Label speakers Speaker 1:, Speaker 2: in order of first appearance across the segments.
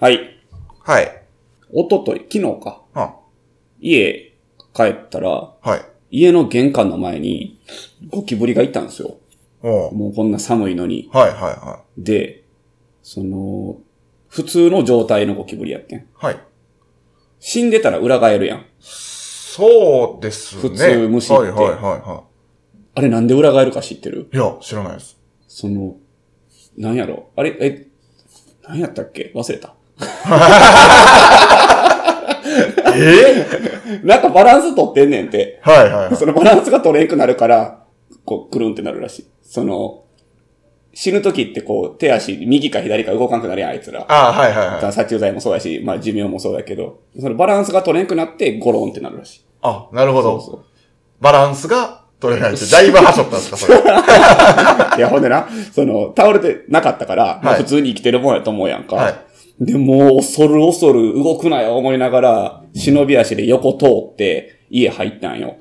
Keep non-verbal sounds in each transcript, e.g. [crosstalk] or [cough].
Speaker 1: はい。
Speaker 2: はい。
Speaker 1: おととい、昨日か。
Speaker 2: うん。
Speaker 1: 家帰ったら、
Speaker 2: はい。
Speaker 1: 家の玄関の前にゴキブリがいたんですよ。
Speaker 2: おう
Speaker 1: もうこんな寒いのに。
Speaker 2: はいはいは
Speaker 1: で、その、普通の状態のゴキブリやってん。
Speaker 2: い。はい。
Speaker 1: 死んでたら裏返るやん。
Speaker 2: そうですね。
Speaker 1: 普通虫って
Speaker 2: はいはいはいは
Speaker 1: あれなんで裏返るか知ってる
Speaker 2: い。いや、知らない
Speaker 1: [laughs]
Speaker 2: です。
Speaker 1: その、なんやろあれ、え、なんやったっけ忘れた。
Speaker 2: え
Speaker 1: なんかバランス取ってんねんて。
Speaker 2: はいはいは
Speaker 1: [laughs]
Speaker 2: い。
Speaker 1: そのバランスが取れんくなるから、こう、くるんってなるらしい。その、死ぬ時ってこう、手足、右か左か動かんくなるやん、あいつら。
Speaker 2: あはいはいはい。
Speaker 1: 殺虫剤もそうやし、まあ寿命もそうやけど、そのバランスが取れんくなって、ゴロンってなるらしい。
Speaker 2: あ、なるほど。
Speaker 1: そう
Speaker 2: バランスが取れないって、だいぶはしょったんですか、
Speaker 1: [laughs]
Speaker 2: それ。はい
Speaker 1: そう。いや、ほんでな、その、倒れてなかったから、まあ
Speaker 2: はい
Speaker 1: 普通に生きてるもんやと思うやんか。
Speaker 2: はい
Speaker 1: で、もう、恐る恐る動くなよ思いながら、忍び足で横通って、家入ったんよ。。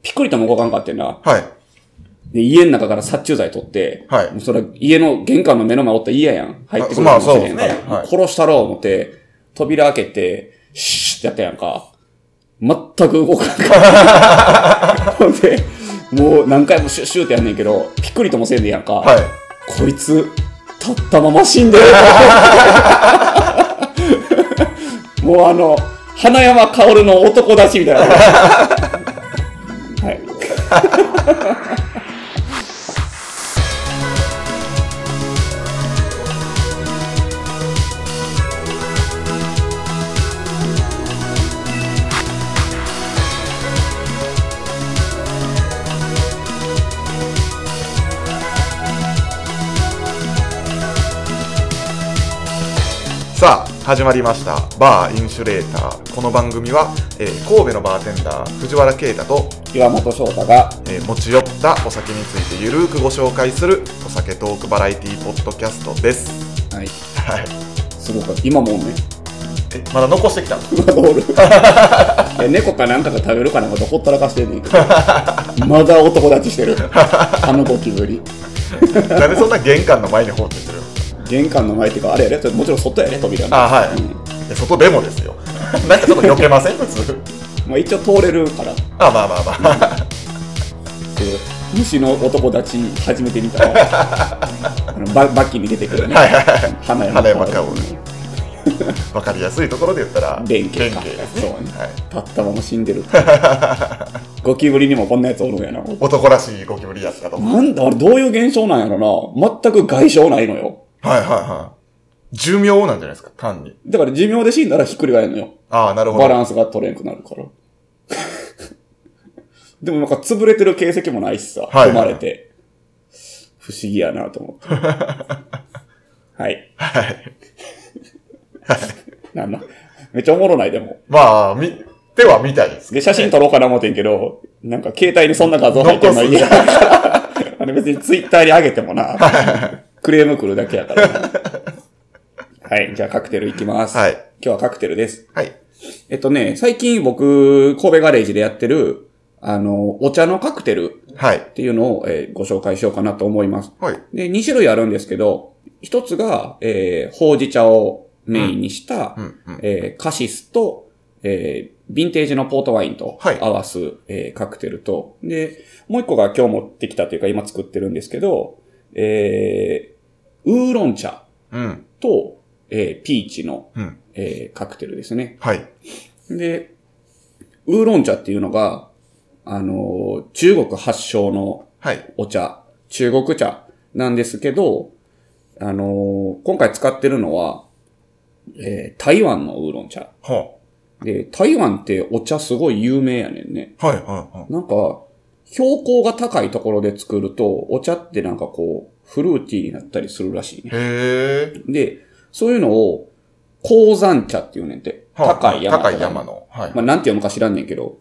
Speaker 1: ピクリとも動かんかってんな。
Speaker 2: はい。
Speaker 1: で、家の中から殺虫剤取って、
Speaker 2: はい
Speaker 1: もうそれ家の玄関の目の前おったら嫌やん。入ってくる
Speaker 2: ま
Speaker 1: か
Speaker 2: あ
Speaker 1: もしれへんから。
Speaker 2: そうですねはい
Speaker 1: 殺したろう思って、扉開けて、シュッってやったやんか。全く動かん
Speaker 2: [laughs]
Speaker 1: から。ほんで、もう何回もシュッシュッってやんねんけど、ピクリともせんでやんか。
Speaker 2: はい。
Speaker 1: こいつ、立ったまま死んでる。もうあの、花山薫の男出しみたいな。はい。
Speaker 2: さあ、始まりました。バーインシュレーター。この番組は、えー神戸のバーテンダー、藤原啓太と、
Speaker 1: 岩本翔太が、
Speaker 2: えー持ち寄ったお酒についてゆるーくご紹介する、お酒トークバラエティポッドキャストです。
Speaker 1: はい。
Speaker 2: はい。
Speaker 1: すごく、今もおんね [laughs] ん。
Speaker 2: え、まだ残してきたの
Speaker 1: まだおる。いや猫かなんかが食べるかなんかとほったらかしてんねんけ
Speaker 2: [laughs]
Speaker 1: ど。まだ男立ちしてる。あのゴキブリ。
Speaker 2: なんでそんな玄関の前に放置してるの
Speaker 1: 玄関の前っていうか、あれやれもちろん外やね、扉の。
Speaker 2: あはい
Speaker 1: うん
Speaker 2: いや外でもですよ [laughs] なんかちょっと避けません普通
Speaker 1: まあ一応通れるから。
Speaker 2: あまあまあまあ
Speaker 1: そう虫の男たち初めて見
Speaker 2: [laughs]
Speaker 1: たわあのババッキーに出てくるね
Speaker 2: はいはいは
Speaker 1: 花
Speaker 2: 花
Speaker 1: 山
Speaker 2: 山薫いわかりやすいところで言ったら
Speaker 1: 連携か
Speaker 2: ですね
Speaker 1: そうね
Speaker 2: はい、
Speaker 1: たったまま死んで
Speaker 2: [laughs]
Speaker 1: るゴキブリにもこんなやつおるんやな
Speaker 2: 男らしいゴキブリやったと思
Speaker 1: な
Speaker 2: う
Speaker 1: んだあれどういう現象なんやろな全く外傷ないのよ
Speaker 2: はいはいはい寿命なんじゃないですか単に
Speaker 1: だから寿命で死んだらひっくり返るのよ
Speaker 2: ああなるほど
Speaker 1: バランスが取れんくなるから [laughs] でもなんか潰れてる形跡もないしさ
Speaker 2: はいはい
Speaker 1: 踏まれて不思議やなと
Speaker 2: [laughs]
Speaker 1: 思ってはい
Speaker 2: はい
Speaker 1: なんだめっちゃおもろないでも
Speaker 2: まあ見ては見たいですけ
Speaker 1: で、写真撮ろうかな思ってんけど、なんか携帯にそんな画像入ってんの
Speaker 2: 残す
Speaker 1: いや [laughs] あれ別にツイッターに上げても
Speaker 2: [laughs]
Speaker 1: な、クレーム来るだけやからな。はい、じゃあカクテルいきます。
Speaker 2: はい
Speaker 1: 今日はカクテルです。
Speaker 2: どはい
Speaker 1: えっとね、最近僕、神戸ガレージでやってる、あの、お茶のカクテル
Speaker 2: はい
Speaker 1: っていうのを、えーご紹介しようかなと思います。
Speaker 2: はい
Speaker 1: で、2種類あるんですけど、一つが、えーほうじ茶をメインにした、
Speaker 2: うんうん
Speaker 1: えーカシスと、えーヴィンテージのポートワインと
Speaker 2: はい
Speaker 1: 合わす、えーカクテルと、で、もう一個が今日持ってきたというか今作ってるんですけど、えーウーロン茶
Speaker 2: うん
Speaker 1: と、えーピーチの、
Speaker 2: うん
Speaker 1: えーカクテルですね。
Speaker 2: はい
Speaker 1: で、ウーロン茶っていうのが、あのー中国発祥の
Speaker 2: はい
Speaker 1: お茶、中国茶なんですけど、あのー今回使ってるのは、えー台湾のウーロン茶。
Speaker 2: ほ
Speaker 1: で、台湾ってお茶すごい有名やねんね。
Speaker 2: うはいはいは
Speaker 1: なんか、標高が高いところで作ると、お茶ってなんかこう、フルーティーになったりするらしいね。
Speaker 2: いへえ
Speaker 1: で、そういうのを、高山茶っていうねんて。高い山。
Speaker 2: 高い山。のはい、
Speaker 1: まあ、なんて読むか知らんねんけど、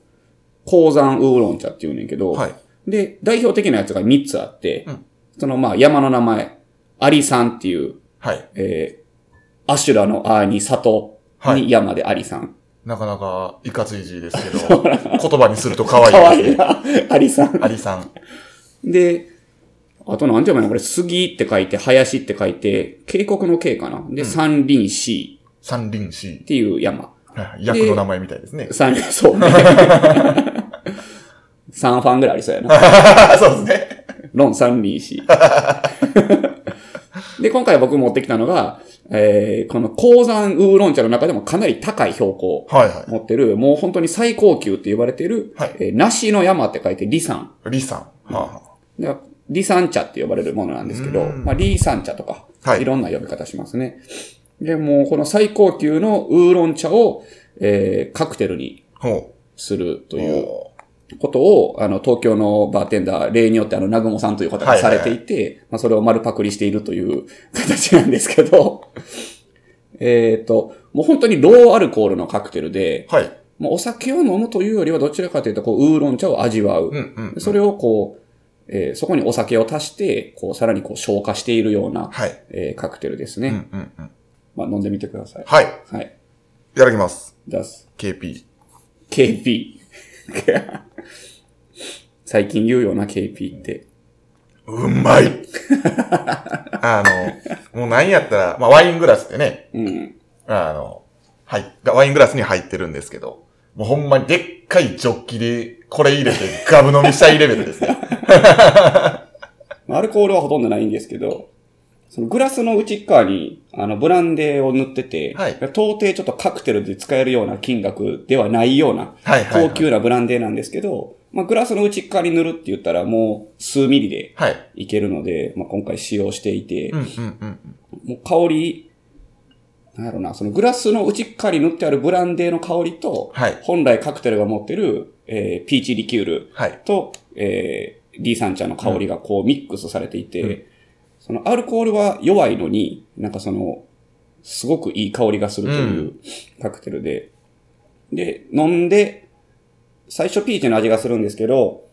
Speaker 1: 高山ウーロン茶っていうねんけど、
Speaker 2: はい
Speaker 1: で、代表的なやつが3つあって、
Speaker 2: うん
Speaker 1: そのまあ山の名前、アリ山っていう、
Speaker 2: はい
Speaker 1: えー、アシュラのアーに里
Speaker 2: は
Speaker 1: に山でアリ山。
Speaker 2: なかなかいかつい字です [laughs] けど、言葉にすると可愛い
Speaker 1: かわ
Speaker 2: で
Speaker 1: い
Speaker 2: すね
Speaker 1: い。な、アリ山。
Speaker 2: アリさん。
Speaker 1: で、あと何て読むのこれ、杉って書いて、林って書いて、渓谷の渓かなで、山林市
Speaker 2: 三輪市。
Speaker 1: ていう山。
Speaker 2: 役の名前みたい [laughs] ですね。
Speaker 1: 三、そうね。三ファンぐらいありそうやな。
Speaker 2: そうですね。
Speaker 1: ロン三輪氏。 [laughs] で、今回僕持ってきたのが、えー、この鉱山ウーロン茶の中でもかなり高い標高を
Speaker 2: はいは
Speaker 1: 持ってる、もう本当に最高級って呼ばれてる、
Speaker 2: はい
Speaker 1: えー梨の山って書いてリサン。
Speaker 2: い。李さん。は
Speaker 1: だからリサン茶って呼ばれるものなんですけど、
Speaker 2: うん
Speaker 1: まあ、リーサン茶とか、
Speaker 2: はい
Speaker 1: い、ろんな呼び方しますね。で、もうこの最高級のウーロン茶を、えー、カクテルに
Speaker 2: あ、ほ
Speaker 1: する
Speaker 2: う。
Speaker 1: ということを、あの、東京のバーテンダー、例によってあの、南雲さんという方
Speaker 2: は
Speaker 1: が
Speaker 2: いは
Speaker 1: さ
Speaker 2: いはい
Speaker 1: れていて、まあ、それを丸パクリしているという形なんですけど、 [laughs] えっと、もう本当にローアルコールのカクテルで、
Speaker 2: はい。
Speaker 1: もうお酒を飲むというよりはどちらかというと、こう、ウーロン茶を味わう。
Speaker 2: うんうん。
Speaker 1: それをこう、えーそこにお酒を足して、こう、さらにこう、消化しているような、
Speaker 2: はい。
Speaker 1: えーカクテルです
Speaker 2: う
Speaker 1: ね。
Speaker 2: んうんうん。
Speaker 1: まあ、飲んでみてください。
Speaker 2: はい。
Speaker 1: はい。
Speaker 2: いただきます。
Speaker 1: 出す。
Speaker 2: KP。
Speaker 1: KP。最近言うような KP って。
Speaker 2: うま [laughs] いあの、もう何やったら、まあワイングラスってね、
Speaker 1: うん。
Speaker 2: あの、はい、ワイングラスに入ってるんですけど、もうほんまにでっかいジョッキで、これ入れてガブ飲みしたいレベルですね。
Speaker 1: まあアルコールはほとんどないんですけど、そのグラスの内っ側に、あの、ブランデーを塗ってて、
Speaker 2: はい
Speaker 1: 到底ちょっとカクテルで使えるような金額ではないような、
Speaker 2: はいはい、はい。
Speaker 1: 高級なブランデーなんですけど、まあ、グラスの内っ側に塗るって言ったらもう数ミリで
Speaker 2: はい。
Speaker 1: いけるので、まあ、今回使用していて
Speaker 2: う、んうんうん。
Speaker 1: もう香り、なんやろな、そのグラスの内っ側に塗ってあるブランデーの香りと、
Speaker 2: はい
Speaker 1: 本来カクテルが持ってる、えーピーチリキュール、
Speaker 2: はい。
Speaker 1: と、えー、リーサン茶の香りがこうミックスされていて、
Speaker 2: うん
Speaker 1: そのアルコールは弱いのに、なんかその、すごくいい香りがするといううカクテルで、で、飲んで、最初ピーチの味がするんですけど、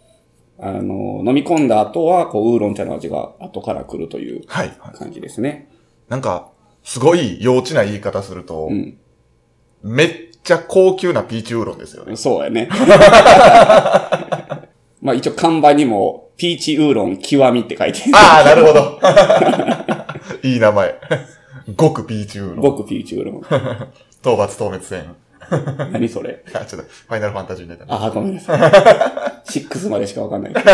Speaker 1: あの、飲み込んだ後は、こう、ウーロン茶の味が後から来るという
Speaker 2: はい。はい
Speaker 1: 感じですね。
Speaker 2: なんか、すごい幼稚な言い方すると、
Speaker 1: うん。
Speaker 2: めっちゃ高級なピーチウーロンですよね。
Speaker 1: そうやね。 [laughs] まあ一応看板にも、ピーチウーロン極みって書いて
Speaker 2: ああ、なるほど。 [laughs] いい名前。極ピーチウーロン。
Speaker 1: 僕ピーチウーロン。
Speaker 2: 討伐討滅戦。
Speaker 1: 何それ
Speaker 2: あ、ちょっと、ファイナルファンタジーネタ。
Speaker 1: ああ、ごめんなさい。6まで
Speaker 2: [laughs]
Speaker 1: しかわかんないです。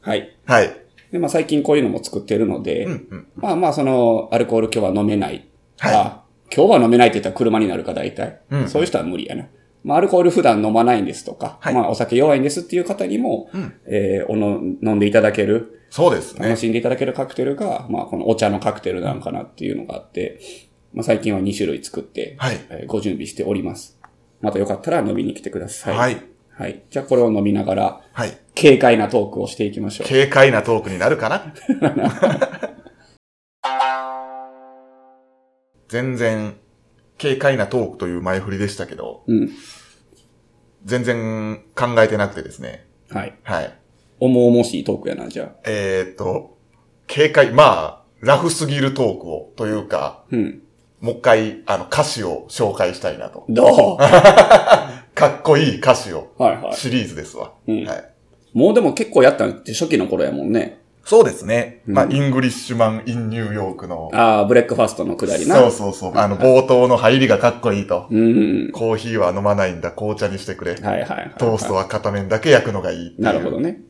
Speaker 1: はい。
Speaker 2: はい。
Speaker 1: で、まあ最近こういうのも作ってるので、
Speaker 2: うんうん。
Speaker 1: まあまあその、アルコール今日は飲めない。
Speaker 2: はい
Speaker 1: あ今日は飲めないって言ったら車になるか大体。
Speaker 2: うん
Speaker 1: そういう人は無理やな。まあアルコール普段飲まないんですとか、
Speaker 2: はい
Speaker 1: まあお酒弱いんですっていう方にも、
Speaker 2: うん
Speaker 1: えーおの飲んでいただける、
Speaker 2: そうですね
Speaker 1: 楽。しんでいただけるカクテルが、まあこのお茶のカクテルなんかなっていうのがあって、まあ最近は2種類作って、
Speaker 2: はい。
Speaker 1: えーご準備しております。またよかったら飲みに来てください。
Speaker 2: はい。
Speaker 1: はい。じゃあこれを飲みながら、
Speaker 2: はい。
Speaker 1: 軽快なトークをしていきましょう。
Speaker 2: 軽快なトークになるかな [laughs] 全然、軽快なトークという前振りでしたけど、
Speaker 1: うん。
Speaker 2: 全然考えてなくてですね。
Speaker 1: はい。
Speaker 2: はい。
Speaker 1: 重々しいトークやな、じゃあ。
Speaker 2: えーっと、軽快、まあ、ラフすぎるトークを、というか、
Speaker 1: うん。
Speaker 2: もう一回、あの、歌詞を紹介したいなと。
Speaker 1: どう [laughs] は
Speaker 2: かっこいい歌詞を、
Speaker 1: いは
Speaker 2: シリーズですわ。
Speaker 1: い。うん。
Speaker 2: はい。
Speaker 1: もうでも結構やったのって初期の頃やもんね。
Speaker 2: そうですね。
Speaker 1: うん
Speaker 2: まあ、イングリッシュマン・イン・ニューヨークの、
Speaker 1: ああ、ブレックファーストのくだりな。
Speaker 2: そうそうそう。あの、冒頭の入りがかっこいいと。
Speaker 1: う。うん。
Speaker 2: コーヒーは飲まないんだ、紅茶にしてくれ。
Speaker 1: はいはいはい。
Speaker 2: トーストは片面だけ焼くのがいいっていう。
Speaker 1: なるほどね。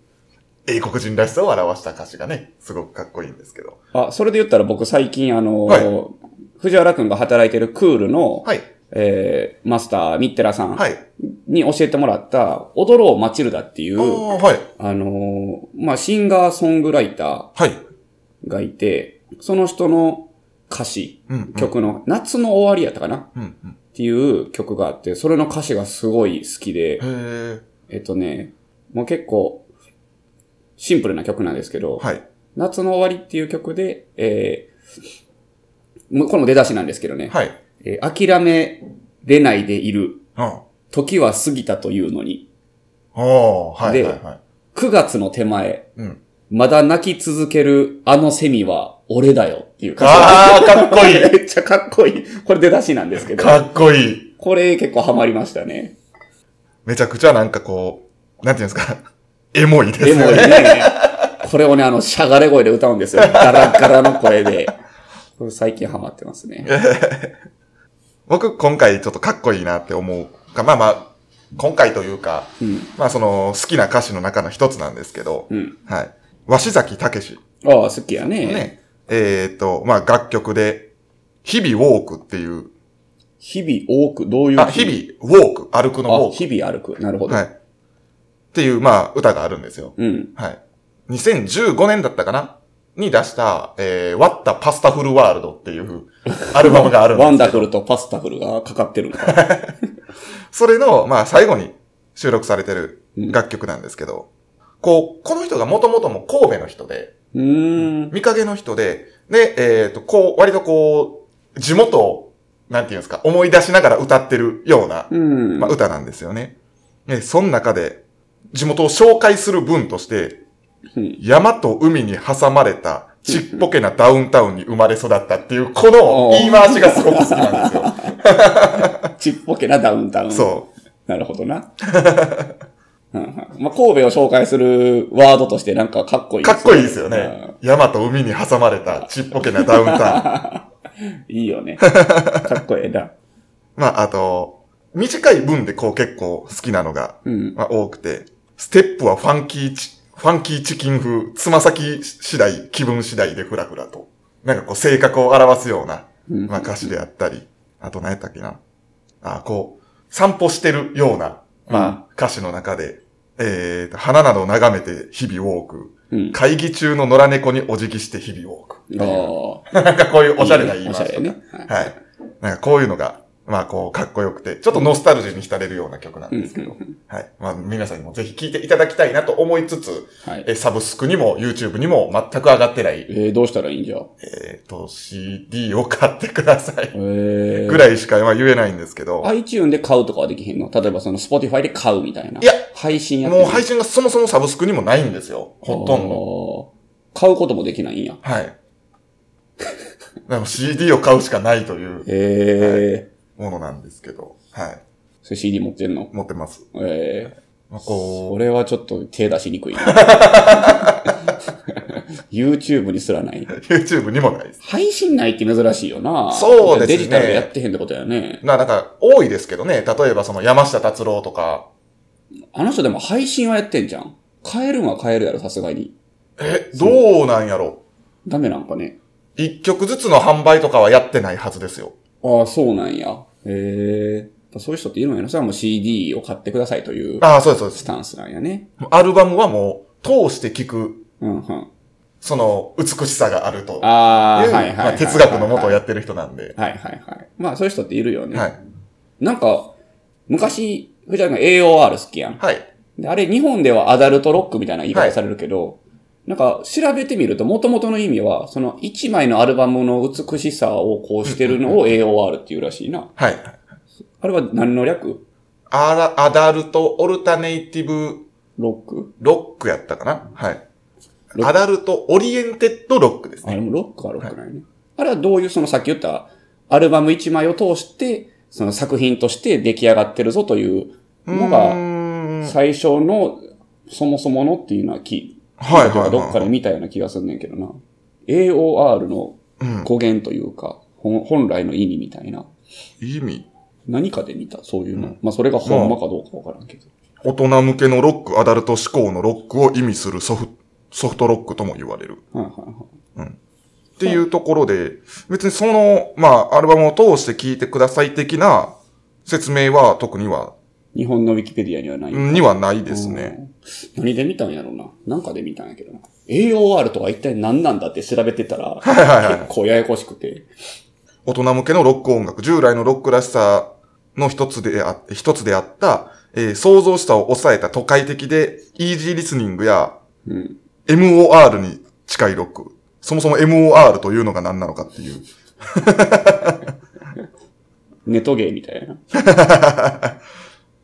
Speaker 2: 英国人らしさを表した歌詞がね、すごくかっこいいんですけど。
Speaker 1: あ、それで言ったら僕最近あの
Speaker 2: はい
Speaker 1: 藤原くんが働いてるクールの、
Speaker 2: はい。
Speaker 1: えー、マスター、ミッテラさん
Speaker 2: はい。
Speaker 1: に教えてもらった、踊ろうマチルダってい
Speaker 2: あ
Speaker 1: う、
Speaker 2: ーはい。
Speaker 1: あのーまあ、シンガーソングライタ
Speaker 2: はい。
Speaker 1: ーがいて、その人の歌詞、
Speaker 2: うんうん。
Speaker 1: 曲の、夏の終わりやったかなっ
Speaker 2: うんうん。
Speaker 1: ていう曲があって、それの歌詞がすごい好きで
Speaker 2: へ、ー
Speaker 1: えっとね、もう結構、シンプルな曲なんですけど、
Speaker 2: はい。
Speaker 1: 夏の終わりっていう曲で、えーもうこの出だしなんですけどね、
Speaker 2: はい。
Speaker 1: えー諦めれないでいる、
Speaker 2: うん。
Speaker 1: 時は過ぎたというのに、
Speaker 2: おー、は
Speaker 1: で
Speaker 2: い。はい。はい。
Speaker 1: 9月の手前、
Speaker 2: うん。
Speaker 1: まだ泣き続けるあのセミは俺だよっていう歌詞が
Speaker 2: あー、かっこいい。
Speaker 1: めっちゃかっこいい。これ出だしなんですけど。
Speaker 2: かっこいい。
Speaker 1: これ結構ハマりましたね。
Speaker 2: めちゃくちゃなんかこう、なんていうんですか、 [laughs] エモいです
Speaker 1: で
Speaker 2: よ
Speaker 1: も
Speaker 2: ね。
Speaker 1: ね、これをね、あの、しゃがれ声で歌うんですよ。ガラガラの声で。これ最近ハマってますね。
Speaker 2: 僕、今回ちょっとかっこいいなって思うか、まあまあ、今回というか、
Speaker 1: うん。
Speaker 2: まあその、好きな歌手の中の一つなんですけど、
Speaker 1: うん。
Speaker 2: はい。鷲崎武史
Speaker 1: ああ、好きやね。
Speaker 2: ね、えっ、と、まあ楽曲で、日々ウォークっていう、
Speaker 1: 日々多く、どういう
Speaker 2: あ、日々ウォーク、歩くのウ
Speaker 1: あ、
Speaker 2: ォー
Speaker 1: 日々歩く。なるほ
Speaker 2: ク。
Speaker 1: ど。
Speaker 2: はい。っていう、まあ、歌があるんですよ。
Speaker 1: うん。
Speaker 2: はい。2015年だったかなに出した、えー、What the Pastaful World って
Speaker 1: [laughs]
Speaker 2: いうアルバムがあるんですけど
Speaker 1: ワンダフルとパスタフルがかかってるの
Speaker 2: [laughs]
Speaker 1: か。
Speaker 2: それの、まあ、最後に収録されてる楽曲なんですけど、こう、この人がもともとも神戸の人で、
Speaker 1: うーん。
Speaker 2: 見かけの人で、で、えっ、と、こう、割とこう、地元を、なんていうんですか、思い出しながら歌ってるような、
Speaker 1: うん。
Speaker 2: まあ、歌なんですよね。で、その中で、地元を紹介する文として
Speaker 1: うん、
Speaker 2: 山と海に挟まれたちっぽけなダウンタウンに生まれ育ったっていう、この言い回しがすごく好きなんですよ。
Speaker 1: [laughs] ちっぽけなダウンタウ [laughs] ン。
Speaker 2: そう。
Speaker 1: なるほどな。 [laughs] うんうんまあ、神戸を紹介するワードとしてなんかかっこいい、
Speaker 2: かっこいいですよね。山と海に挟まれたちっぽけなダウンタ
Speaker 1: うん。いいよ
Speaker 2: [laughs]
Speaker 1: ね。かっこええな。
Speaker 2: ウン。まあ、あと、短い文でこう結構好きなのが、
Speaker 1: うん。
Speaker 2: まあ、多くて、ステップはファンキーチ、ファンキーチキン風、つま先次第、気分次第でフラフラと。なんかこう性格を表すような、
Speaker 1: うん
Speaker 2: まあ歌詞であったり、あと何やったっけな。あ、こう、散歩してるような、まあ歌詞の中で、えーと、花などを眺めて日々ウォーク、
Speaker 1: うん。
Speaker 2: 会議中の野良猫にお辞儀して日々ウォークってい
Speaker 1: あ
Speaker 2: う。
Speaker 1: あ。
Speaker 2: [laughs] なんかこういうおしゃれな言い
Speaker 1: お
Speaker 2: 回
Speaker 1: しゃ
Speaker 2: し
Speaker 1: れ
Speaker 2: とか。
Speaker 1: ね。はい
Speaker 2: はい。なんかこういうのが、まあこう、かっこよくて、ちょっとノスタルジーに浸れるような曲なんですけど、はい。まあ皆さんにもぜひ聴いていただきたいなと思いつつ、
Speaker 1: はい。
Speaker 2: え、サブスクにも YouTube にも全く上がってない、
Speaker 1: えー、どうしたらいいんじゃ。
Speaker 2: えっ、と、CD を買ってください。
Speaker 1: え
Speaker 2: ぐ
Speaker 1: い。
Speaker 2: らいしかまあ言えないんですけど、
Speaker 1: iTune で買うとかはできへんの例えばその Spotify で買うみたいな。
Speaker 2: いや、
Speaker 1: 配信やって
Speaker 2: もう配信がそもそもサブスクにもないんですよ。ほとんど。
Speaker 1: ど。買うこともできないんや。
Speaker 2: はい。でも CD を買うしかないという
Speaker 1: ええ
Speaker 2: ものなんですけど、はい。
Speaker 1: それ CD 持ってんの
Speaker 2: 持ってます。
Speaker 1: ええ
Speaker 2: まあ、こう、
Speaker 1: それはちょっと手出しにく
Speaker 2: [laughs]
Speaker 1: いな。YouTube にすらない。
Speaker 2: YouTube にもないです。
Speaker 1: 配信ないって珍しいよな。
Speaker 2: そうですね
Speaker 1: デジタルでやってへんってことやね。
Speaker 2: な、なんか、多いですけどね。例えば、その、山下達郎とか、
Speaker 1: あの人でも配信はやってんじゃん。変えるんは変えるやろ、さすがに。
Speaker 2: え、どうなんやろ
Speaker 1: ダメなんかね。
Speaker 2: 一曲ずつの販売とかはやってないはずですよ。
Speaker 1: ああ、そうなんや。へえ。やっぱそういう人っているのやな。それはもう CD を買ってくださいという
Speaker 2: ああ、そうです、そうで
Speaker 1: ス
Speaker 2: す。
Speaker 1: タンスなんやね。
Speaker 2: アルバムはもう、通して聴く、
Speaker 1: うんうん。
Speaker 2: その、美しさがあるという、
Speaker 1: ああ、はいはいはい、
Speaker 2: まあ、哲学のもとをやってる人なんで。
Speaker 1: はいはいはい。まあそういう人っているよね。
Speaker 2: はい。
Speaker 1: なんか、昔、藤原君 AOR 好きやん。
Speaker 2: はい。
Speaker 1: であれ、日本ではアダルトロックみたいな言い方されるけど、なんか、調べてみると、元々の意味は、その、一枚のアルバムの美しさをこうしてるのを AOR っていうらしいな。
Speaker 2: はい。
Speaker 1: あれは何の略
Speaker 2: アラアダルト・オルタネイティブ・
Speaker 1: ロック
Speaker 2: ロックやったかなはい
Speaker 1: ロ。ック
Speaker 2: アダルト・オリエンテッド・ロックです
Speaker 1: あ
Speaker 2: ね。
Speaker 1: れもロックはロックないね。あれはどういう、そのさっき言った、アルバム一枚を通して、その作品として出来上がってるぞというの
Speaker 2: う
Speaker 1: が、
Speaker 2: ーん
Speaker 1: 最初の、そもそものっていうのはき、
Speaker 2: はいはいはいはい
Speaker 1: どっかで見たような気がすんねんけどな。AOR の
Speaker 2: うん。
Speaker 1: 語源というか、ほん本来の意味みたいな。
Speaker 2: 意味。
Speaker 1: 何かで見た、そういうの。まあ、それがほんまかどうかわからんけど。
Speaker 2: 大人向けのロック、アダルト志向のロックを意味するソフソフトロックとも言われる。
Speaker 1: はいはいはい。
Speaker 2: っていうところで、別にその、まあ、アルバムを通して聴いてください的な説明は特には、
Speaker 1: 日本のウィキペディアにはない。
Speaker 2: にはないですね。
Speaker 1: うん。何で見たんやろうな。なんかで見たんやけどな。AOR とは一体何なんだって調べてたら、
Speaker 2: はいはいは
Speaker 1: 結
Speaker 2: い。
Speaker 1: 構ややこしくて。
Speaker 2: 大人向けのロック音楽、従来のロックらしさの一つであ、一つであった、えー創造しさを抑えた都会的で、イージーリスニングや
Speaker 1: うん。
Speaker 2: MOR に近いロック。そもそも MOR というのが何なのかっていう。
Speaker 1: ネトゲーみたいな。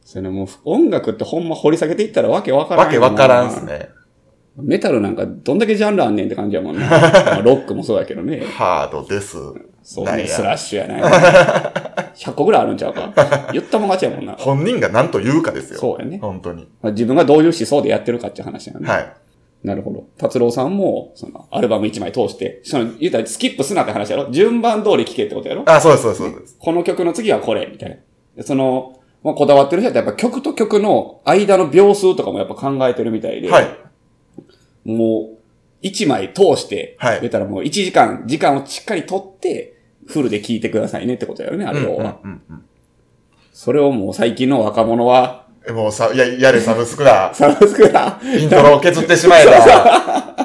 Speaker 1: それもう音楽ってほんま掘り下げていったらわけわからん
Speaker 2: わ
Speaker 1: よ
Speaker 2: け
Speaker 1: な。
Speaker 2: わからんっすね。
Speaker 1: メタルなんかどんだけジャンルあんねんって感じやも
Speaker 2: [laughs]
Speaker 1: んな。まあロックもそうやけどね。
Speaker 2: ハードです。
Speaker 1: そう
Speaker 2: なん
Speaker 1: ね、
Speaker 2: や
Speaker 1: スラッシュやない。100個 [laughs] ぐらいあるんちゃう
Speaker 2: [laughs]
Speaker 1: か。言ったもん勝ちやもんな。
Speaker 2: 本人が何と言うかですよ。
Speaker 1: そうやね
Speaker 2: 本当に。
Speaker 1: まあ自分がどういう思想でやってるかっていう話やね。
Speaker 2: はい。
Speaker 1: なるほど。達郎さんも、その、アルバム1枚通して、その、言ったらスキップすなって話やろ順番通り聴けってことやろ
Speaker 2: あ、そうです、そうです、そうです。
Speaker 1: この曲の次はこれ、みたいなで。その、まあ、こだわってる人ってやっぱ曲と曲の間の秒数とかもやっぱ考えてるみたいで、
Speaker 2: はい。
Speaker 1: もう、一枚通して、
Speaker 2: はい
Speaker 1: 出たらもう1時間、時間をしっかり取って、フルで聴いてくださいねってことやよね、あれは、
Speaker 2: うんうんうん
Speaker 1: それをもう最近の若者は、
Speaker 2: えもうさ、や、やれサブス
Speaker 1: [laughs]
Speaker 2: クだ。
Speaker 1: サブスクだ。
Speaker 2: イントロを削ってしまえば。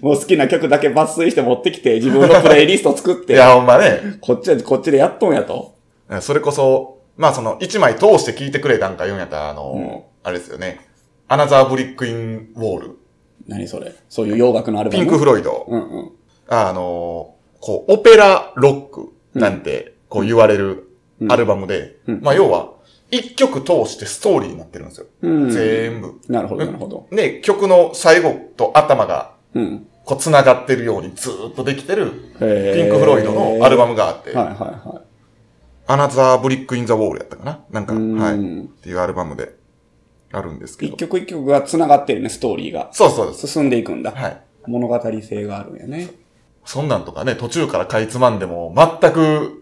Speaker 1: もう好きな曲だけ抜粋して持ってきて、自分のプレイリスト作っ
Speaker 2: い
Speaker 1: て、
Speaker 2: や、ほんまね。
Speaker 1: こっちで、こっちでやっとんやと。
Speaker 2: それこそ、まあその、一枚通して聞いてくれたんか言うんやったら、あの、あれですよね。アナザーブリックインウォール。
Speaker 1: 何それそういう洋楽のアルバ
Speaker 2: ピ
Speaker 1: ム。
Speaker 2: ンク・フロイド。
Speaker 1: うんうん。
Speaker 2: あの、こう、オペラロックなんて、こう言われるアルバムで、
Speaker 1: うん
Speaker 2: まあ要は、一曲通してストーリーになってるんですよ。
Speaker 1: うん。
Speaker 2: 全部。
Speaker 1: なるほど、なるほど。
Speaker 2: で、曲の最後と頭が、
Speaker 1: うん。
Speaker 2: こう繋がってるようにずーっとできてる、
Speaker 1: ピ
Speaker 2: ピ
Speaker 1: ン
Speaker 2: ンク・フロイドのアル
Speaker 1: バ
Speaker 2: バムがあって、
Speaker 1: はいはいは
Speaker 2: アナザー・ブリック・イン・ザ・ウォールやったかななんか、
Speaker 1: い。うん
Speaker 2: はい。っていうアルバムで、あるんですけ
Speaker 1: 一
Speaker 2: ど。
Speaker 1: 曲一曲が繋がってるね、ストーリーが。
Speaker 2: そうそうです。
Speaker 1: 進んでいくんだ。
Speaker 2: はい。
Speaker 1: 物語性があるんやね。
Speaker 2: そんなんとかね、途中からかいつまんでも、全く、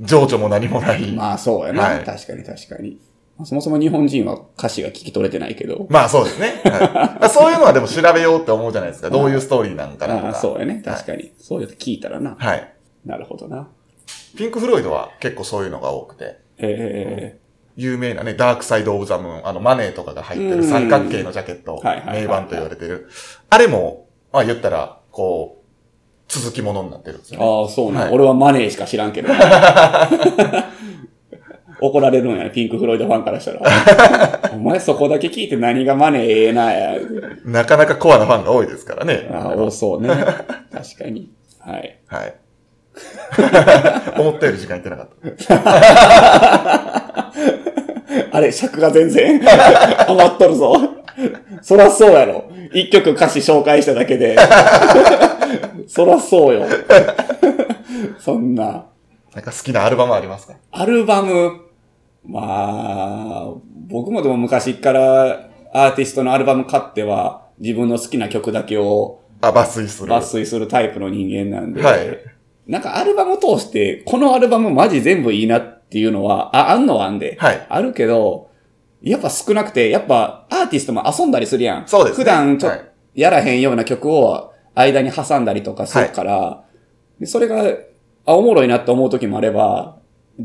Speaker 2: 情緒も何もない。
Speaker 1: まあそうやな。
Speaker 2: はい
Speaker 1: 確かに確かに。まあそもそも日本人は歌詞が聞き取れてないけど。
Speaker 2: まあそうですね。はい
Speaker 1: [laughs]
Speaker 2: まあそういうのはでも調べようって思うじゃないですか。どういうストーリーなんかなと
Speaker 1: あ
Speaker 2: か。
Speaker 1: あ、そうやね。
Speaker 2: はい
Speaker 1: 確かに。そうやって聞いたらな。
Speaker 2: はい。
Speaker 1: なるほどな。
Speaker 2: ピンク・フロイドは結構そういうのが多くて。
Speaker 1: え
Speaker 2: 有名なね、ダークサイド・オブ・ザ・ムーン、あの、マネーとかが入ってる
Speaker 1: うん
Speaker 2: 三角形のジャケット、
Speaker 1: はいはいはいはい
Speaker 2: 名盤と言われてる。あれも、まあ言ったら、こう、続きものになってるんです
Speaker 1: え
Speaker 2: よ、ね。
Speaker 1: ああ、そうなん、
Speaker 2: はい
Speaker 1: 俺はマネーしか知らん
Speaker 2: [laughs]
Speaker 1: けど。怒られるんやね、ピンク・フロイドファンからしたら。
Speaker 2: [laughs]
Speaker 1: お前そこだけ聞いて何がマネーええなや。
Speaker 2: なかなかコアなファンが多いですからね。
Speaker 1: ああ、多そうね。確かに。はい。
Speaker 2: はい。 [laughs] 思ったより時間いってなかった。
Speaker 1: あれ、尺が全
Speaker 2: [laughs]
Speaker 1: 然余っとるぞ。そらそうやろ。一曲歌詞紹介しただけ
Speaker 2: [laughs]
Speaker 1: で。そらそうよ。そんな。
Speaker 2: なんか好きなアルバムありますか
Speaker 1: アルバム、まあ、僕もでも昔からアーティストのアルバム買っては自分の好きな曲だけを
Speaker 2: あ、抜粋する。
Speaker 1: 抜粋するタイプの人間なんで、
Speaker 2: はい
Speaker 1: なんかアルバム通して、このアルバムマジ全部いいなっていうのは、あ、あんのはあんで、
Speaker 2: はい
Speaker 1: あるけど、やっぱ少なくて、やっぱアーティストも遊んだりするやん。
Speaker 2: そうです
Speaker 1: 普
Speaker 2: ね
Speaker 1: 段ちょ、
Speaker 2: はい
Speaker 1: やらへんような曲を間に挟んだりとかするから、でそれが、あ、おもろいなって思う時もあれば、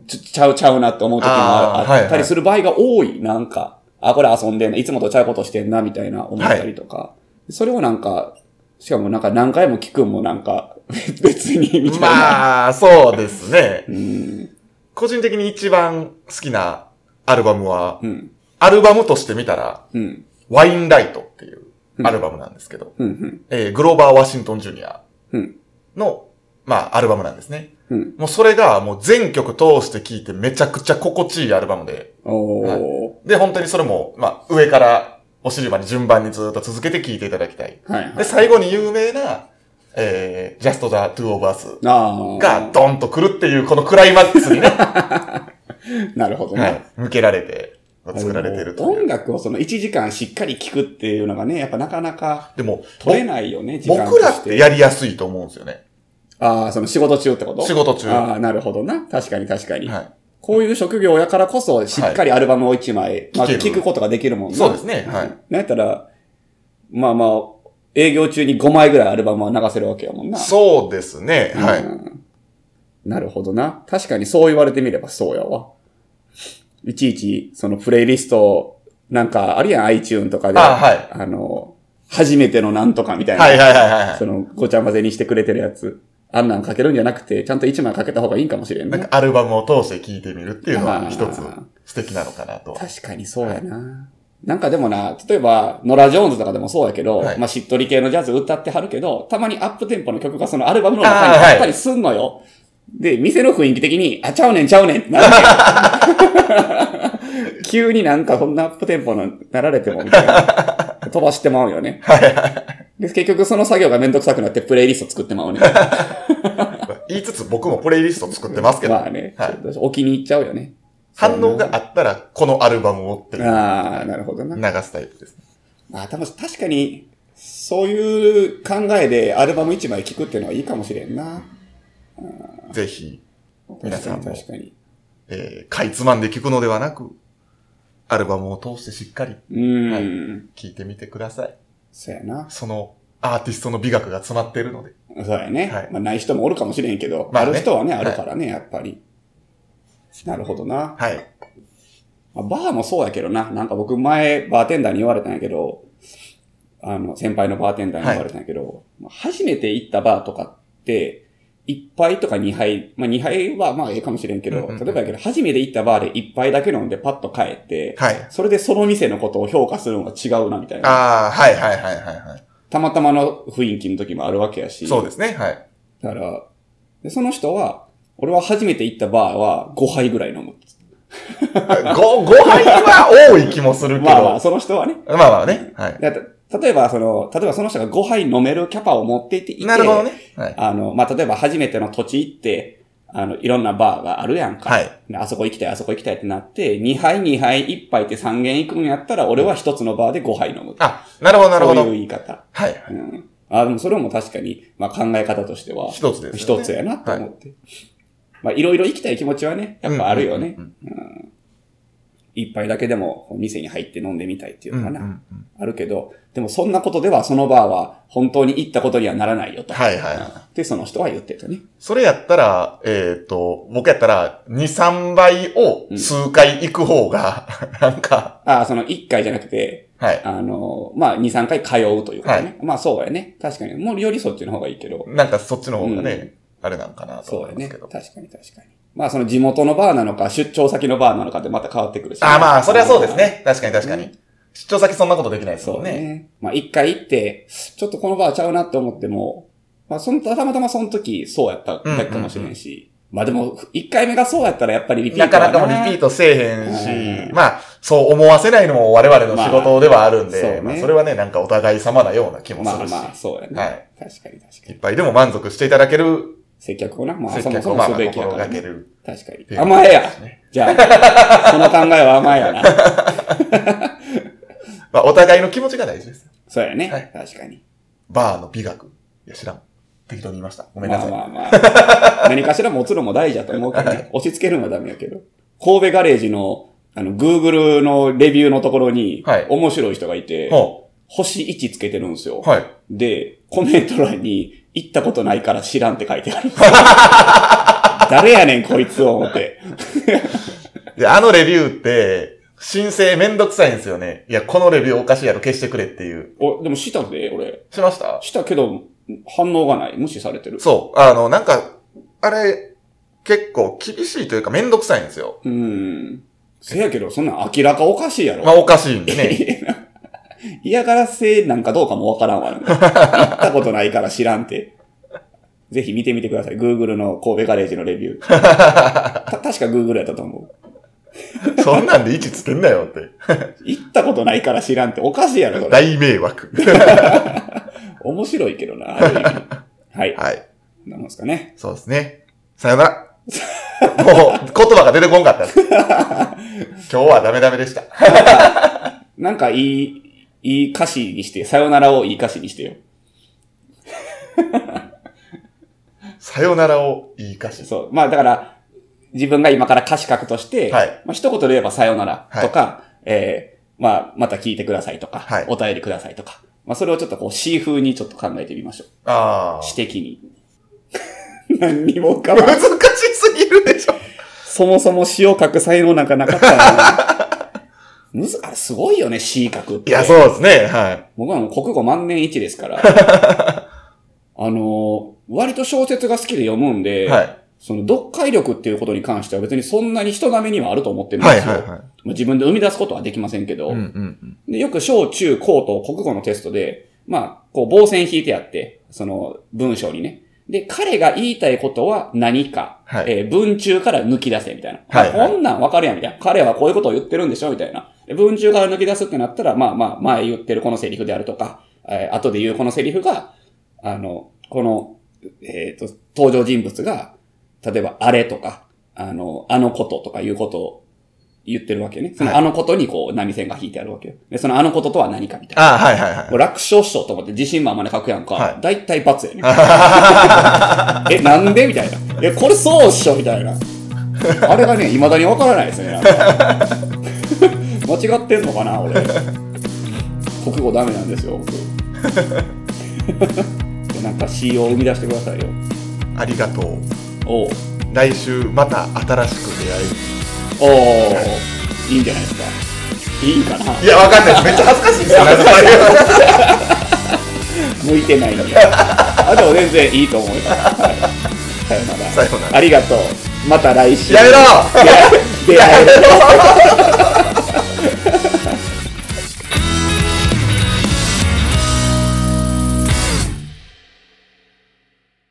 Speaker 1: ちょちゃうちゃうなって思う時もあ
Speaker 2: あーはい
Speaker 1: あったりする場合が多い、なんか。あ、これ遊んでんな、いつもとちゃうことしてんな、みたいな思ったりとか。それをなんか、しかもなんか何回も聞くんもなんか、 [laughs] 別に、みたいな。
Speaker 2: まあ、そうですね。
Speaker 1: うん。
Speaker 2: 個人的に一番好きなアルバムは、
Speaker 1: うん。
Speaker 2: アルバムとして見たら、
Speaker 1: うん。
Speaker 2: ワインライトっていうアルバムなんですけど、
Speaker 1: うん。うん。
Speaker 2: えーグローバー・ワシントン・ジュニア
Speaker 1: うん。
Speaker 2: の、まあ、アルバムなんですね。
Speaker 1: うん。
Speaker 2: もうそれがもう全曲通して聴いてめちゃくちゃ心地いいアルバムで、
Speaker 1: おー。
Speaker 2: はいで、本当にそれも、まあ、上からお尻まで順番にずっと続けて聴いていただきたい。
Speaker 1: はい、は
Speaker 2: で、
Speaker 1: い。
Speaker 2: 最後に有名な、えー、Just the Two of Us
Speaker 1: ああ。
Speaker 2: がドンと来るっていう、このクライマック
Speaker 1: [laughs]
Speaker 2: スにね、
Speaker 1: なるほどね。
Speaker 2: はい、向けられて、作られてるとい
Speaker 1: 音
Speaker 2: う。
Speaker 1: 楽をその1時間しっかり聴くっていうのがね、やっぱなかなか
Speaker 2: でも、
Speaker 1: 取れないよね、時間と
Speaker 2: 僕らってやりやすいと思うんですよね。
Speaker 1: ああ、その仕事中ってこと
Speaker 2: 仕事中
Speaker 1: ああ、なるほどな。確かに確かに。
Speaker 2: はい。
Speaker 1: こういう職業やからこそ、しっかりアルバムを1枚、まあ、
Speaker 2: 聴け
Speaker 1: 聴
Speaker 2: る
Speaker 1: くことができるもんな
Speaker 2: そうですねはい。
Speaker 1: なんやったら、まあまあ、営業中に5枚ぐらいアルバムは流せるわけやもんな。
Speaker 2: そうですね。
Speaker 1: うん
Speaker 2: はい。
Speaker 1: なるほどな。確かにそう言われてみればそうやわ。いちいち、そのプレイリスト、なんか、あるやん、iTune とかで。
Speaker 2: あはい
Speaker 1: あの、初めてのなんとかみたいな。
Speaker 2: はいはいはいはいはい
Speaker 1: そ。の、ごちゃ混ぜにしてくれてるやつ。あんなんかけるんじゃなくて、ちゃんと1枚かけた方がいいんかもしれん
Speaker 2: な
Speaker 1: ね
Speaker 2: んかアルバムを通して聴いてみるっていうの
Speaker 1: あー
Speaker 2: は一つ素敵なのかなと。
Speaker 1: 確かにそうやな。なんかでもな、例えば、ノラ・ジョーンズとかでもそうやけど、
Speaker 2: はい
Speaker 1: まあしっとり系のジャズ歌ってはるけど、たまにアップテンポの曲がそのアルバムの中に
Speaker 2: あーはい
Speaker 1: あったりすんのよ。で、店の雰囲気的に、あ、ちゃうねんちゃうねんってなるね
Speaker 2: [laughs]
Speaker 1: ん急になんかこんなアップテンポのなられてもみたいな。飛ばしてまうよね。で、結局その作業がめんどくさくなってプレイリスト作ってま
Speaker 2: [laughs]
Speaker 1: うねん。
Speaker 2: 言いつつ僕もプレイリスト作ってますけど、
Speaker 1: まあね、
Speaker 2: はい
Speaker 1: ちょっとお気に入っちゃうよね。
Speaker 2: 反応があったらこのアルバムをっていう
Speaker 1: ああ、なるほどな
Speaker 2: 流。すタイプです。
Speaker 1: まあ、多分確かに、そういう考えでアルバム1枚聴くっていうのはいいかもしれんな。
Speaker 2: ぜひ、皆さんも
Speaker 1: 確かに。
Speaker 2: えー、かいつまんで聞くのではなく、アルバムを通してしっかり
Speaker 1: うん。
Speaker 2: はい聞いてみてください。
Speaker 1: そうやな。
Speaker 2: そのアーティストの美学が詰まっているので。
Speaker 1: そうやね。
Speaker 2: はい
Speaker 1: まあ、ない人もおるかもしれんけど、
Speaker 2: まあ
Speaker 1: あ
Speaker 2: ね
Speaker 1: る人はね、
Speaker 2: は
Speaker 1: あ
Speaker 2: い
Speaker 1: るからね、やっぱり。なるほどな。
Speaker 2: はい。
Speaker 1: まあ、バーもそうやけどな。なんか僕前、バーテンダーに言われたんやけど、あの、先輩のバーテンダーに言われたんやけど、まあ初めて行ったバーとかって、1杯とか2杯、まあ2杯はまあええかもしれんけど、
Speaker 2: うんうんうん
Speaker 1: 例えばやけど、初めて行ったバーで1杯だけ飲んでパッと帰って、
Speaker 2: はい。
Speaker 1: それでその店のことを評価するのが違うな、みたいな。
Speaker 2: ああ、はいはいはいはいは
Speaker 1: たまたまの雰囲気の時もあるわけやし。
Speaker 2: い。そうですね。はい。
Speaker 1: だから、でその人は、俺は初めて行ったバーは5杯ぐらい飲む。
Speaker 2: ご、ご飯は多い気もするけど。
Speaker 1: まあまあ、その人はね。
Speaker 2: まあまあね。はい。
Speaker 1: だた例えば、その、例えばその人が5杯飲めるキャパを持っていていて、
Speaker 2: なるほどね。はい。
Speaker 1: あの、まあ、例えば初めての土地行って、あの、いろんなバーがあるやんか。
Speaker 2: はい
Speaker 1: であそこ行きたい、あそこ行きたいってなって、2杯、2杯、1杯って3軒行くんやったら、俺は1つのバーで5杯飲む。
Speaker 2: あ、なるほどなるほど。
Speaker 1: そういう
Speaker 2: はい。
Speaker 1: 言い方。
Speaker 2: はい
Speaker 1: うん。あ、でもそれも確かに、まあ、考え方としては、
Speaker 2: 一つですよ
Speaker 1: 一
Speaker 2: ね
Speaker 1: つやなと思って。まあ、いろいろ行きたい気持ちはね、やっぱあるよね
Speaker 2: うん。うん
Speaker 1: 一杯だけでもお店に入って飲んでみたいっていう
Speaker 2: うん
Speaker 1: の
Speaker 2: う
Speaker 1: か
Speaker 2: んう
Speaker 1: な。
Speaker 2: ん
Speaker 1: あるけど、でもそんなことではそのバーは本当に行ったことにはならないよと。
Speaker 2: はいはいはい。
Speaker 1: で、その人は言ってたね。
Speaker 2: それやったら、えっ、と、僕やったら、2、3倍を数回行く方が、 [laughs] なんか、
Speaker 1: ああ、その一回じゃなくて、
Speaker 2: はい。
Speaker 1: あの、まあ、二、三回通うというかね。まあ、そうやね。確かに。もうよりそっちの方がいいけど。
Speaker 2: なんかそっちの方がね、あれなんかなと
Speaker 1: そう
Speaker 2: 思
Speaker 1: や
Speaker 2: いま
Speaker 1: ね。
Speaker 2: すけ
Speaker 1: 確
Speaker 2: ど。
Speaker 1: かに確かに。まあ、その地元のバーなのか、出張先のバーなのかでまた変わってくるし、
Speaker 2: ああ、まあ、それはそうです。ね。確かに確かに。出張先そんなことできないです
Speaker 1: そ
Speaker 2: も
Speaker 1: うん
Speaker 2: ね。
Speaker 1: ね。まあ、一回行って、ちょっとこのバーちゃうなって思っても、まあ、その、たまたまその時、そうやっただけかもしれんし。まあ、でも、一回目がそうやったらやっぱりリピー
Speaker 2: な
Speaker 1: ト
Speaker 2: か
Speaker 1: は
Speaker 2: なかもリピートせえへん
Speaker 1: う
Speaker 2: し、まあ、そう思わせないのも我々の仕事ではあるん
Speaker 1: まあそう
Speaker 2: で
Speaker 1: ね、
Speaker 2: まあ、それはね、なんかお互い様なような気もす
Speaker 1: まあ
Speaker 2: るし、
Speaker 1: まあ、そうやね。
Speaker 2: はい
Speaker 1: 確かに確か
Speaker 2: い
Speaker 1: に。
Speaker 2: っぱいでも満足していただける
Speaker 1: 接客をな、まあ、
Speaker 2: 接
Speaker 1: そも
Speaker 2: 客
Speaker 1: そ
Speaker 2: を
Speaker 1: も
Speaker 2: まあ
Speaker 1: す
Speaker 2: まあ
Speaker 1: べきや
Speaker 2: 心
Speaker 1: から、
Speaker 2: がけ
Speaker 1: ね。
Speaker 2: る。
Speaker 1: 確かに
Speaker 2: てい。う
Speaker 1: 甘えや
Speaker 2: ですね
Speaker 1: じゃあ、そ [laughs] の考えは甘えやな。
Speaker 2: まあ、お互いの気持ちが大事です。
Speaker 1: そうやね。
Speaker 2: はい
Speaker 1: 確かに。
Speaker 2: バーの美学。いや、知らん。適当に言いました。ごめんな
Speaker 1: ま
Speaker 2: さ
Speaker 1: あ
Speaker 2: い。
Speaker 1: まあまあ。何かしら持つのも大事だと思うけど
Speaker 2: [laughs]
Speaker 1: ね。押し付けるのはダメやけど。神戸ガレージの、あの、Google のレビューのところに、
Speaker 2: はい
Speaker 1: 面白い人がいて、
Speaker 2: ほ
Speaker 1: 星1つけてるんですよ。
Speaker 2: うはい。
Speaker 1: で、コメント欄に、行ったことないから知らんって書いてあ
Speaker 2: [laughs]
Speaker 1: る。誰やねん、こいつを思って。
Speaker 2: で、あのレビューって、申請めんどくさいんですよね。いや、このレビューおかしいやろ、消してくれっていう。
Speaker 1: お、でもしたで、俺。
Speaker 2: しました
Speaker 1: したけど、反応がない。無視されてる。
Speaker 2: そう。あの、なんか、あれ、結構厳しいというかめんどくさいんですよ。
Speaker 1: うーん。せやけど、そんなん明らかおかしいやろ。
Speaker 2: まあ、おかしいんでね。
Speaker 1: [laughs] 嫌がらせなんかどうかもわからん
Speaker 2: [laughs]
Speaker 1: わ、ね。行ったことないから知らんて。ぜひ見てみてください。Google の神戸ガレージのレ
Speaker 2: [laughs]
Speaker 1: ビュー。た確か Google やったと思う。
Speaker 2: そんなんで位置つけんなよって。
Speaker 1: 行ったことないから知らんっておかしいやろ、それ。
Speaker 2: 大
Speaker 1: [laughs]
Speaker 2: 迷惑。
Speaker 1: 面白いけどな、ある意味はい。
Speaker 2: はい。
Speaker 1: なんですかね。
Speaker 2: そうですね。さよなら。もう、言葉が出てこんか [laughs] ったです。今日はダメダメでした。
Speaker 1: なんかいい、いい歌詞にして、さよならをいい歌詞にしてよ。
Speaker 2: さよならを言いかし。
Speaker 1: そう。まあだから、自分が今から歌詞書くとして、
Speaker 2: はい
Speaker 1: まあ一言で言えばさよならとか、えーまあまた聞いてくださいとか、
Speaker 2: はい
Speaker 1: お便りくださいとか、まあそれをちょっとこう C 風にちょっと考えてみましょう。
Speaker 2: ああ。
Speaker 1: 詩的に。 [laughs] 何にも浮かばん
Speaker 2: 難しすぎるでしょ。
Speaker 1: そもそも詩を書く才能なんかなかったな。むず、あれすごいよね、詩書くって。
Speaker 2: いや、そうですね。はい。
Speaker 1: 僕はもう国語万年一です
Speaker 2: [laughs]
Speaker 1: から。あのー割と小説が好きで読むんで、
Speaker 2: はい
Speaker 1: その読解力っていうことに関しては別にそんなに人並みにはあると思ってるん
Speaker 2: は
Speaker 1: で
Speaker 2: い
Speaker 1: すよ。
Speaker 2: はいはい。
Speaker 1: まあ自分で生み出すことはできませんけど、
Speaker 2: うんうん
Speaker 1: でよく小中高と国語のテストで、まあ、こう棒線引いてあって、その文章にね。で、彼が言いたいことは何か、
Speaker 2: はい
Speaker 1: えー文中から抜き出せみたいな。
Speaker 2: はいはい
Speaker 1: こんなんわかるやんみたいな。彼はこういうことを言ってるんでしょみたいな。で文中から抜き出すってなったら、まあまあ、前言ってるこのセリフであるとか、えー後で言うこのセリフが、あの、この、えっ、と、登場人物が、例えば、あれとか、あの、あのこととかいうこと言ってるわけね。その
Speaker 2: はい
Speaker 1: あのことにこう波線が引いてあるわけよ。で、そのあのこととは何かみたいな。
Speaker 2: ああ、はいはいはい
Speaker 1: も。う楽勝しようと思って自信満々で書くやん
Speaker 2: は
Speaker 1: か
Speaker 2: い。
Speaker 1: 大体罰や
Speaker 2: [laughs]
Speaker 1: ね。え、なんでみたいな。え、これそうっしょみたいな。あれがね、未だにわからないですね。なんか間違ってんのかな俺。国語ダメなんですよ、僕。 [laughs] でなんか C を生み出してくださいよ。
Speaker 2: ありがとう。
Speaker 1: おう
Speaker 2: 来週また新しく出会
Speaker 1: お
Speaker 2: える。
Speaker 1: おいいんじゃないですか。いいかな。
Speaker 2: いや、わかんないです。めっちゃ恥ずかしいですよね。
Speaker 1: 向いてない [laughs] んや。あ、でも全然いいと思います。はいさよなら。
Speaker 2: さようなら
Speaker 1: ありがとう。また来週。
Speaker 2: やめろ
Speaker 1: いや出会える。